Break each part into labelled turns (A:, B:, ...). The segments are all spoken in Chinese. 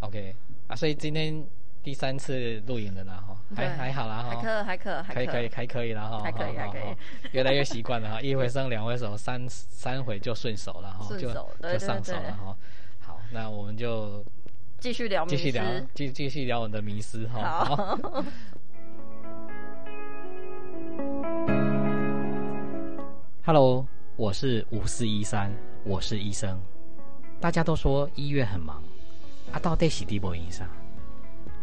A: OK，啊，所以今天第三次录影了啦，哈，还
B: 对
A: 还好啦，
B: 还
A: 哈，
B: 可还可还
A: 可以可以还可以了哈，
B: 还可以
A: 哈
B: 还可以
A: 哈哈越来越习惯了哈，一回生两回熟，三三回就顺手了哈，
B: 顺
A: 就
B: 手对
A: 就
B: 对
A: 上手
B: 对
A: 了哈。好，那我们就
B: 继续聊
A: 继
B: 迷
A: 续聊
B: 失，
A: 继继续聊我的迷失哈。
B: 好，
A: Hello，我是五四一三，我是医生。大家都说医院很忙，啊，到底是地波医生？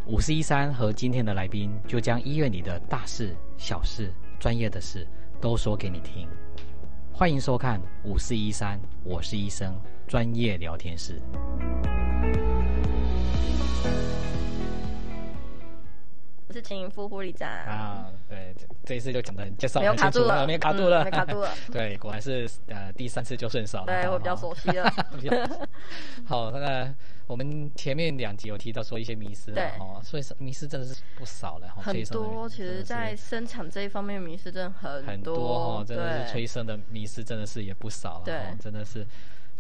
A: 五四一三和今天的来宾就将医院里的大事、小事、专业的事都说给你听。欢迎收看五四一三，我是医生专业聊天室。
B: 我是请夫护理长，
A: 啊，对，这这一次就讲的介绍
B: 嗯没有
A: 很
B: 卡
A: 清
B: 住
A: 楚
B: 了，
A: 没有卡住了，
B: 嗯没卡住。了，
A: 对，果然是呃第三次就顺手了。
B: 对
A: 好
B: 我比较熟。悉了，
A: 好 比较好，那我们前面两集有提到说一些迷失
B: 对
A: 了哦，所以是迷失真的是不少了，哦
B: 很
A: 催生的
B: 多，
A: 迷
B: 其
A: 失真的
B: 实，在
A: 是
B: 生产这一方面迷失真的很
A: 很多哦，真的是催
B: 对，
A: 生的迷失真的是也不少了，
B: 对
A: 哦真的是。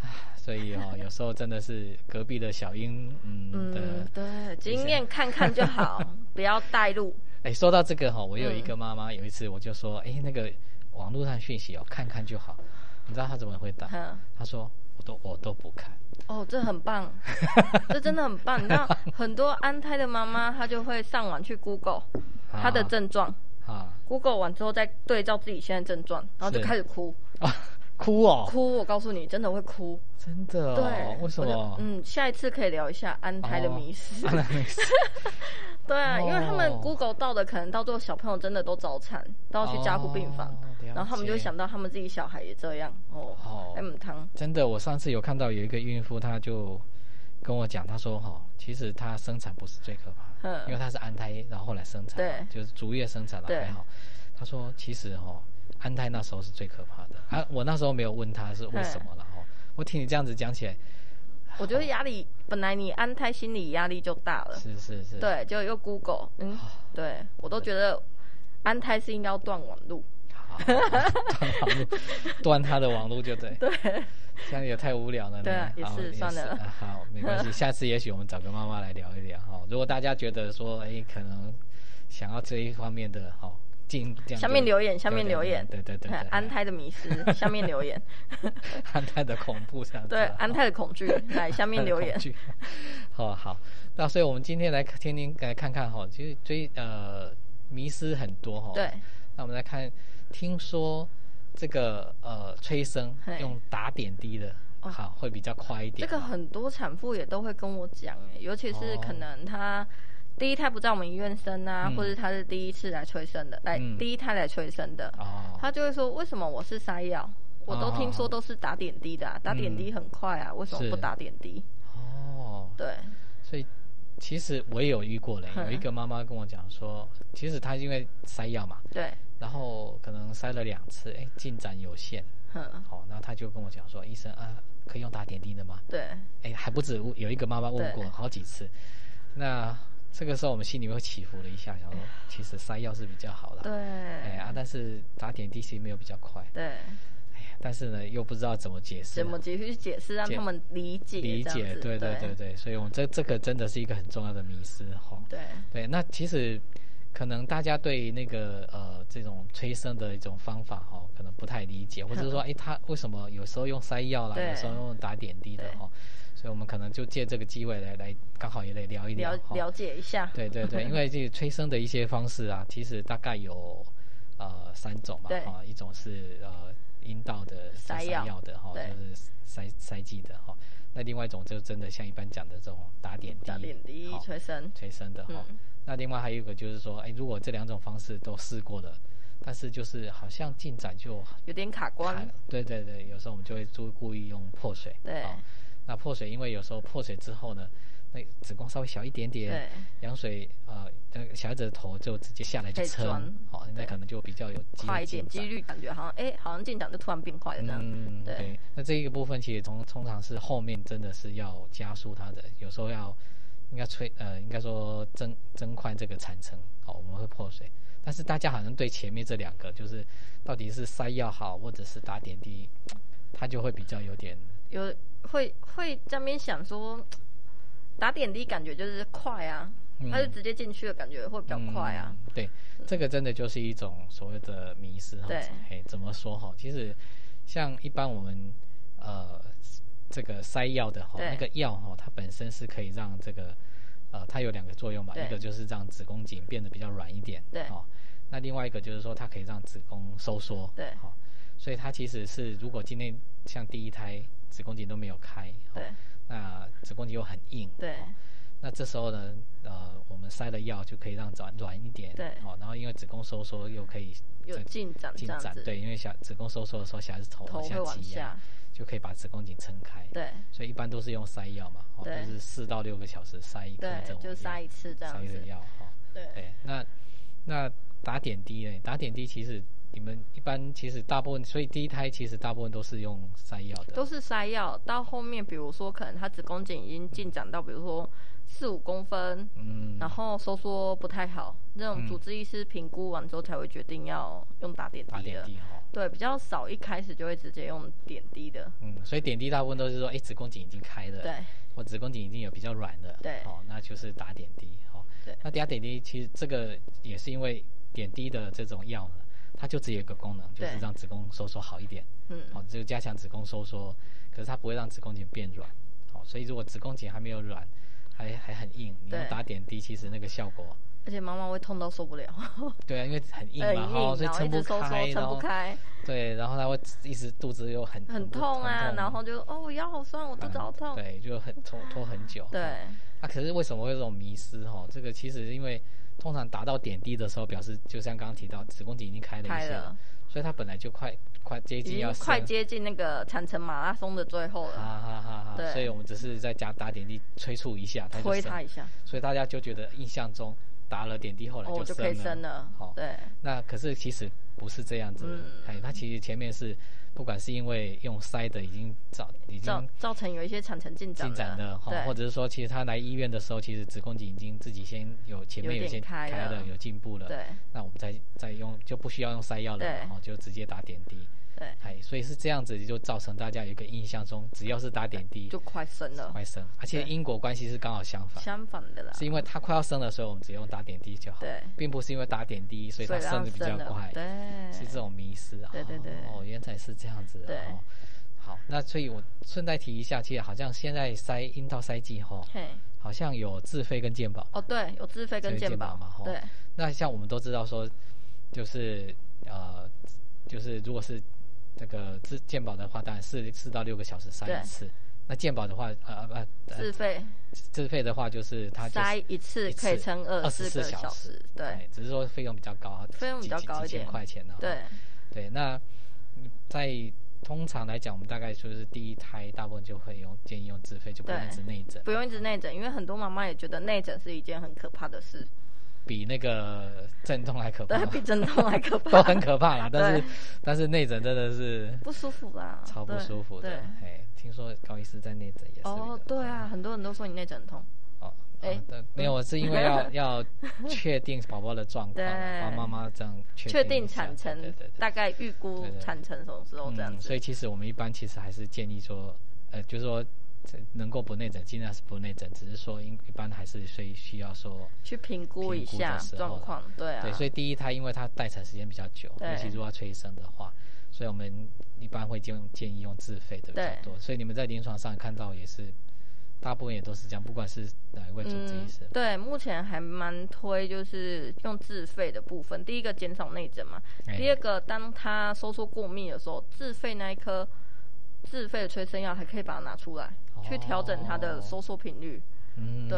A: 唉所以哦，有时候真的是隔壁的小英，嗯的
B: 嗯，对，经验看看就 好，不要带入，
A: 哎，说到这个哈、我有
B: 嗯
A: 一个妈妈，有一次我就说，哎，那个网络上讯息哦，看看就好。你知道她怎么回答？
B: 嗯，
A: 她说我都我都不看。
B: 哦，这很 棒，这真的很棒。你知道，很多安胎的妈妈，她就会上网去 Google 她的症状
A: 啊
B: ，Google 完之后再对照自己现在症状，然后就是开始哭，
A: 啊，哭哦，
B: 哭。我告诉你，真的会哭。
A: 真的哦
B: 对，，
A: 为什
B: 我就
A: 么？
B: 嗯，下一次可以聊一下安胎的迷失。
A: 啊那没事
B: 对啊，因为他们
A: 哦
B: Google 到的，可能到最后小朋友真的都早产，都要去加护病房，
A: 哦了
B: 然后他们就会
A: 解
B: 想到他们自己小孩也这样哦
A: 哦，
B: ，M 汤，
A: 真的，我上次有看到有一个孕妇，她就跟我讲，她说哈、其实她生产不是最可怕的，
B: 嗯
A: 因为她是安胎，然后后来生产嘛，就是逐月生产了
B: 对
A: 还好。她说其实哈、安胎那时候是最可怕的啊，我那时候没有问她是为什么了哈、我听你这样子讲起来，
B: 嗯我觉得压力本来你安胎心理压力就大了，
A: 啊是是是，
B: 对，就又 Google，嗯，
A: 哦
B: 对我都觉得安胎是应该要断网路，
A: 好，断网路，断她的网路就对，对，这样也太无聊了呢。
B: 对啊也
A: 好
B: 是算了
A: 啊好，没关系，下次也许我们找个妈妈来聊一聊哈、如果大家觉得说，哎、可能想要这一方面的，哈、进这样
B: 下
A: 就
B: 面留言，下面
A: 对
B: 留言，
A: 对对对对，
B: 嗯安胎的迷失，下面 留言，
A: 安泰的恐怖这样子
B: 对
A: 啊，，
B: 安泰的恐惧，来下面留言
A: 恐，惧。好好，那所以我们今天来听听来看看哈，其实追呃迷失很多哈。
B: 对。
A: 那我们来看，听说这个呃催生
B: 嘿
A: 用打点滴的，
B: 哦
A: 好会比较快一
B: 这
A: 点。
B: 个很多产妇也都会跟我讲、欸，尤其是
A: 哦
B: 可能她第一胎不在我们医院生啊，
A: 嗯
B: 或者她是第一次来催生的，来、
A: 嗯
B: 第一胎来催生的，
A: 哦，
B: 她就会说为什么我是塞药？我都听说都是打点滴的、啊，打点滴很快啊，为什么
A: 是
B: 不打点滴？
A: 哦，
B: 对，
A: 所以其实我也有遇过嘞，
B: 嗯
A: 有一个妈妈跟我讲说，其实她因为塞药嘛，
B: 对，
A: 然后可能塞了两次，哎，进展有限。
B: 哼，
A: 好，那她就跟我讲说，医生啊，可以用打点滴的吗？
B: 对，
A: 哎，还不止有一个妈妈问过
B: 对
A: 好几次。那这个时候我们心里会起伏了一下，想说其实塞药是比较好的。
B: 对，
A: 哎啊，但是打点滴其实没有比较快，
B: 对，
A: 哎呀，但是呢又不知道怎么解释啊，
B: 怎么解去解释让
A: 解
B: 他们理解？
A: 理
B: 这样
A: 解
B: 子，
A: 对对对对，所以我们这这个真的是一个很重要的迷失哈。
B: 对
A: 对，那其实可能大家对那个呃这种催生的一种方法哦，可能不太理解，或者是说，哎，他为什么有时候用塞药啦，
B: 嗯对
A: 有时候用打点滴的
B: 对
A: 哦，所以我们可能就借这个机会来来，刚好也来聊一聊
B: 了
A: 哈。
B: 了解一下，
A: 对对对，因为这个催生的一些方式 啊，其实大概有呃三种嘛，
B: 对
A: 啊、一种是呃阴道的
B: 塞
A: 塞
B: 药
A: 药的哈、
B: 对
A: 就是塞塞剂的哈、那另外一种就真的像一般讲的这种打点滴，
B: 打点滴
A: 好
B: 催生，
A: 催生的哈、
B: 嗯
A: 那另外还有一个就是说，哎，如果这两种方式都试过了，但是就是好像进展就
B: 有点卡
A: 卡
B: 关，
A: 了，对对对，有时候我们就会注故意用破水，
B: 对
A: 哦那破水因为有时候破水之后呢，那子宫稍微小一点点
B: 对，
A: 羊水呃，那个小孩子的头就直接下来就
B: 可以
A: 撑
B: 钻，
A: 好、那
B: 对
A: 可能就比较有机
B: 快
A: 会
B: 一点，
A: 进
B: 几
A: 展。
B: 率感觉好像哎、好像进展就突然变快了这样。
A: 嗯，
B: 对
A: 对。那这一个部分其实通通常是后面真的是要加速它的，有时候要应该催呃，应该说增增快这个产程。好，我们会破水，但是大家好像对前面这两个就是到底是塞药好，或者是打点滴，它就会比较有点
B: 有会会在那边想说，打点滴感觉就是快啊，
A: 嗯
B: 他就直接进去的感觉会比较快啊。
A: 嗯对，这个真的就是一种所谓的迷失哈。
B: 对
A: 嘿，怎么说哈？其实像一般我们呃这个塞药的哈，
B: 对
A: 那个药哈，它本身是可以让这个呃它有两个作用嘛，
B: 对
A: 一个就是让子宫颈变得比较软一点，
B: 对
A: 哦。那另外一个就是说，它可以让子宫收缩，
B: 对
A: 好、所以它其实是如果今天像第一胎子宫颈都没有开，哦
B: 对
A: 那子宫颈又很硬，
B: 对
A: 哦那这时候呢，呃，我们塞了药就可以让软软一点，
B: 对
A: 哦，然后因为子宫收缩又可以
B: 有
A: 这
B: 进展
A: 进
B: 这样
A: 展，
B: 子，
A: 对，因为小子宫收缩的时候，小孩子头
B: 头
A: 往
B: 会
A: 下
B: 往
A: 挤压哎
B: 下，，
A: 就可以把子宫颈撑开，
B: 对
A: 所以一般都是用塞药嘛，哦，
B: 对
A: 就是四到六个小时塞一颗这
B: 对，
A: 种
B: 就塞一次这
A: 塞
B: 样
A: 一
B: 子
A: 个，药哈、哦，
B: 对
A: 对，那那打点滴呢？打点滴其实你们一般其实大部分，所以第一胎其实大部分都是用塞药的，
B: 都是塞药。到后面，比如说可能他子宫颈已经进展到，比如说四五公分，
A: 嗯，
B: 然后收缩不太好，那种主治医师评估完之后才会决定要用打点
A: 打
B: 滴
A: 点
B: 的。
A: 滴哈、哦。
B: 对，比较少，一开始就会直接用点滴的。
A: 嗯，所以点滴大部分都是说，哎、子宫颈已经开了，
B: 对
A: 或子宫颈已经有比较软的，
B: 对
A: 哦，那就是打点滴，哦，
B: 对
A: 那打点滴其实这个也是因为点滴的这种药呢，它就只有一个功能，就
B: 对
A: 是让子宫收缩好一点，
B: 嗯，
A: 哦，这个加强子宫收缩，可是它不会让子宫颈变软，哦，所以如果子宫颈还没有软，还还很硬，你用
B: 对
A: 打点滴，其实那个效果，
B: 而且妈妈会痛到受不了，
A: 对啊，因为很硬
B: 很
A: 嘛，哈、
B: 硬，
A: 所以
B: 然后一
A: 撑不
B: 直收缩
A: 开，，
B: 撑
A: 然
B: 不
A: 后
B: 开，
A: 对，然后它会一直肚子又很
B: 很
A: 不嗯
B: 痛啊，
A: 很
B: 然后就哦，我腰好酸，我肚子好痛。
A: 对，就很 拖拖很久。
B: 对
A: 啊，可是为什么会有这种迷失？哈，这个其实是因为通常打到点滴的时候，表示就像刚刚提到，子宫颈已经开了一
B: 开
A: 些
B: 了，
A: 所以它本来就快快接
B: 已
A: 近
B: 经
A: 要啊
B: 快
A: 生
B: 接近那个产程马拉松的最后
A: 哈
B: 了，
A: 哈哈哈，
B: 对
A: 所以我们只是在家打点滴催促一下，它就
B: 推
A: 生
B: 他一下，
A: 所以大家就觉得印象中打了点滴后来
B: 哦，我就可以生了
A: 好、。
B: 对嗯
A: 那可是其实不是这样子的，哎、它其实前面是不管是因为用塞的已经早已经
B: 造造成有一些产程进展
A: 进展的哈，或
B: 对
A: 者是说，其实他来医院的时候，其实子宫颈已经自己先有前面
B: 有
A: 有
B: 点
A: 先
B: 开
A: 开
B: 了
A: 有进步了，
B: 对
A: 那我们再再用就不需要用塞药了嘛，
B: 对
A: 然后就直接打点滴，
B: 对，
A: 哎，所以是这样子就造成大家有一个印象中，只要是打点滴
B: 就快生了，
A: 快生，而且
B: 对
A: 因果关系是刚好相反，
B: 相反的啦，
A: 是因为他快要生了，所以我们只用打点滴就好，
B: 对
A: 并不是因为打点滴，所以
B: 所
A: 他
B: 以
A: 生
B: 让
A: 的比较
B: 生了
A: 快，
B: 对，
A: 是这种迷失啊。
B: 对对对
A: 哦，原来是这样子、啊。
B: 对
A: 哦。好，那所以我顺带提一下，其实好像现在塞阴道塞剂哈，
B: 嘿，
A: 好像有自费跟健保。
B: 哦对，有自费跟
A: 自费
B: 健保
A: 嘛，哈。
B: 对。
A: 那像我们都知道说，就是呃，就是如果是那个自健保的话，当然是四到六个小时塞
B: 对
A: 一次。那健保的话，呃呃，呃
B: 自费
A: 自费的话就是它就是
B: 塞一次
A: 一次
B: 可以撑二
A: 四
B: 十
A: 个
B: 个小
A: 时，
B: 对
A: 哎，只是说费用比较高，
B: 费用比较
A: 几
B: 高一
A: 几千
B: 点
A: 块钱啊呢、
B: 对
A: 对，那嗯在通常来讲，我们大概就是第一胎大部分就会用建议用自费，就不
B: 对
A: 用一直内诊，
B: 不用一直内诊，因为很多妈妈也觉得内诊是一件很可怕的事，
A: 比那个阵痛还可怕
B: 对，，比 阵痛还可
A: 都
B: 怕，
A: 很可怕啦。但是
B: 对
A: 但是内诊真的是
B: 不舒服啦，
A: 超不
B: 对
A: 舒服的
B: 对，。
A: 哎，听说高医师在内诊也是
B: 哦，
A: 比较
B: 对啊，很多人都说你内诊很痛，
A: 哦，
B: 哎
A: 哦对没有，我是因为 要要确定宝宝的状况，
B: 对
A: 帮妈妈这样
B: 确
A: 定
B: 定
A: 一下
B: 产程
A: 对对对。
B: 大概预估
A: 对对对
B: 产程什么时候哦这样
A: 嗯。所
B: 子，
A: 以其实我们一般其实还是建议说，呃，就是说这能够不内诊，尽量是不内诊，只是说因一般还是需需要说。
B: 去评估一
A: 评估的
B: 下
A: 时候
B: 状况，对啊，
A: 对，所以第一胎因为它待产时间比较久，
B: 对
A: 尤其如果要催生的话，所以我们一般会建建议用自费的比较
B: 对
A: 多。所以你们在临床上看到也是，大部分也都是这样，不管是呃哪一位主治医师，
B: 嗯对，目前还蛮推就是用自费的部分。第一个减少内诊嘛，
A: 哎
B: 嗯第二个当他收缩过密的时候，自费那一颗自费的催生药还可以把它拿出来，
A: 哦
B: 去调整它的收缩频率。
A: 嗯，
B: 对，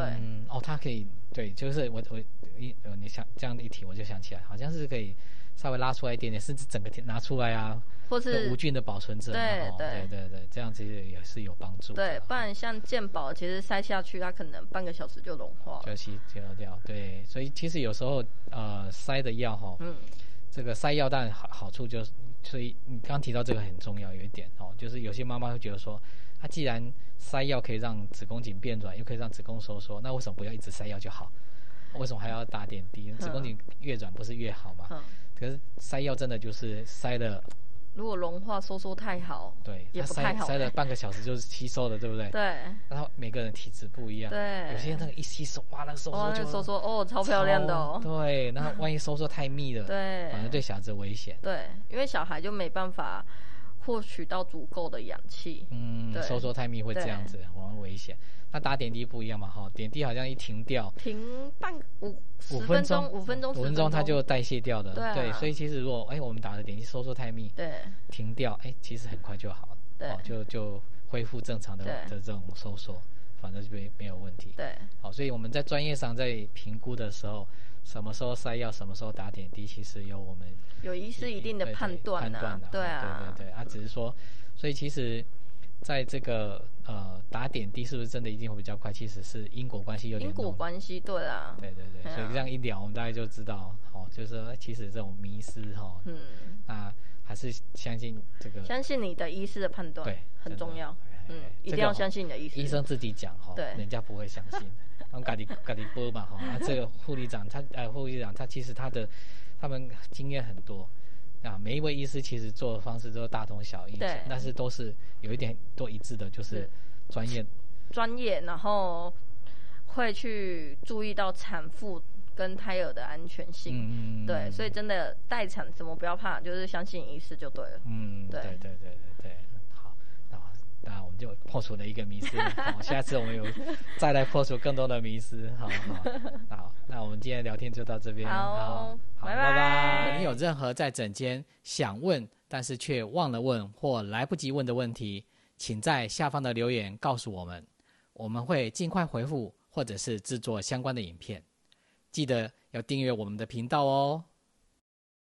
A: 哦，它可以，对，就是我我一呃，你想这样一提，我就想起来，好像是可以稍微拉出来一点点，甚至整个拿出来啊，
B: 或
A: 有
B: 是
A: 无菌的保存着嘛，
B: 对
A: 哦对
B: 对
A: 对对，这样其实也是有帮助的
B: 对
A: 啊，，
B: 不然像健保其实塞下去，它可能半个小时就融化了。
A: 就吸掉掉，对，所以其实有时候呃塞的药哈，
B: 嗯，
A: 这个塞药但好好处就是，所以你刚提到这个很重要有一点哦，就是有些妈妈会觉得说，她、既然塞药可以让子宫颈变软，又可以让子宫收缩，那为什么不要一直塞药就好？为什么还要打 点滴？子宫颈越软不是越好吗？
B: 嗯
A: 可是塞药真的就是塞了
B: 如果融化收缩太好，
A: 对，
B: 也
A: 他
B: 不
A: 塞
B: 太好
A: 塞了半个小时就是吸收了，对不对？
B: 对
A: 然后每个人体质不一样，
B: 对
A: 有些人那个一吸收，哇，那个收
B: 哇，
A: 缩
B: 那
A: 就
B: 个收缩哦，超
A: 超
B: 漂亮的哦，
A: 对，然后万一收缩太密了，
B: 对
A: 反而对小孩子危险。
B: 对，因为小孩就没办法获取到足够的氧气，
A: 嗯，
B: 对
A: 收缩太密会这样子，往往危险。那打点滴不一样嘛，哈，点滴好像一停掉
B: 停半五
A: 五
B: 十
A: 分钟，
B: 五分钟，
A: 五
B: 10
A: 分钟它就代谢掉的。
B: 对啊
A: 所以其实如果哎、我们打的点滴收缩太密，
B: 对
A: 停掉，哎、其实很快就好了，
B: 对
A: 哦、就就恢复正常的
B: 对
A: 的这种收缩，反正就没没有问题。
B: 对
A: 好，所以我们在专业上在评估的时候，什么时候塞药，什么时候打点滴，其实有我们
B: 有一是一定的
A: 对对
B: 判
A: 判
B: 断呐
A: 的，
B: 对啊，
A: 对对对，啊，只是说，所以其实在这个呃打点滴是不是真的一定会比较快，其实是因果关系有点
B: 因果
A: 浓
B: 关系，对啊，
A: 对对对，
B: 对啊
A: 所以这样一聊，我们大概就知道，哦，就是说其实这种迷失哈，
B: 嗯，
A: 那还是相信这个
B: 相信你的医师的判断，
A: 对真
B: 很
A: 的
B: 重要
A: 哎，
B: 嗯
A: 哎，
B: 一定
A: 这个
B: 要
A: 哦
B: 相信你的医师，
A: 医生自己讲哈，
B: 对
A: 人家不会 相信。然后咖喱咖喱波嘛哈，啊，这个护理长他呃护理长他其实他的他们经验很多啊，每一位医师其实做的方式都大同小异，
B: 对
A: 但是都是有一点都一致的，就是
B: 是
A: 专业
B: 专业，然后会去注意到产妇跟胎儿的安全性。
A: 嗯嗯嗯
B: 对，所以真的待产什么不要怕，就是相信医师就对了。
A: 嗯对
B: 对
A: 对对对对，好，那我那我们就破除了一个迷思，好，下次我们有再来破除更多的迷思，好好好，那我们今天聊天就到这边。边
B: 好
A: 好，好
B: 拜
A: 拜
B: 拜
A: 你有任何在诊间想问但是却忘了问或来不及问的问题，请在下方的留言告诉我们，我们会尽快回复或者是制作相关的影片。记得要订阅我们的频道哦。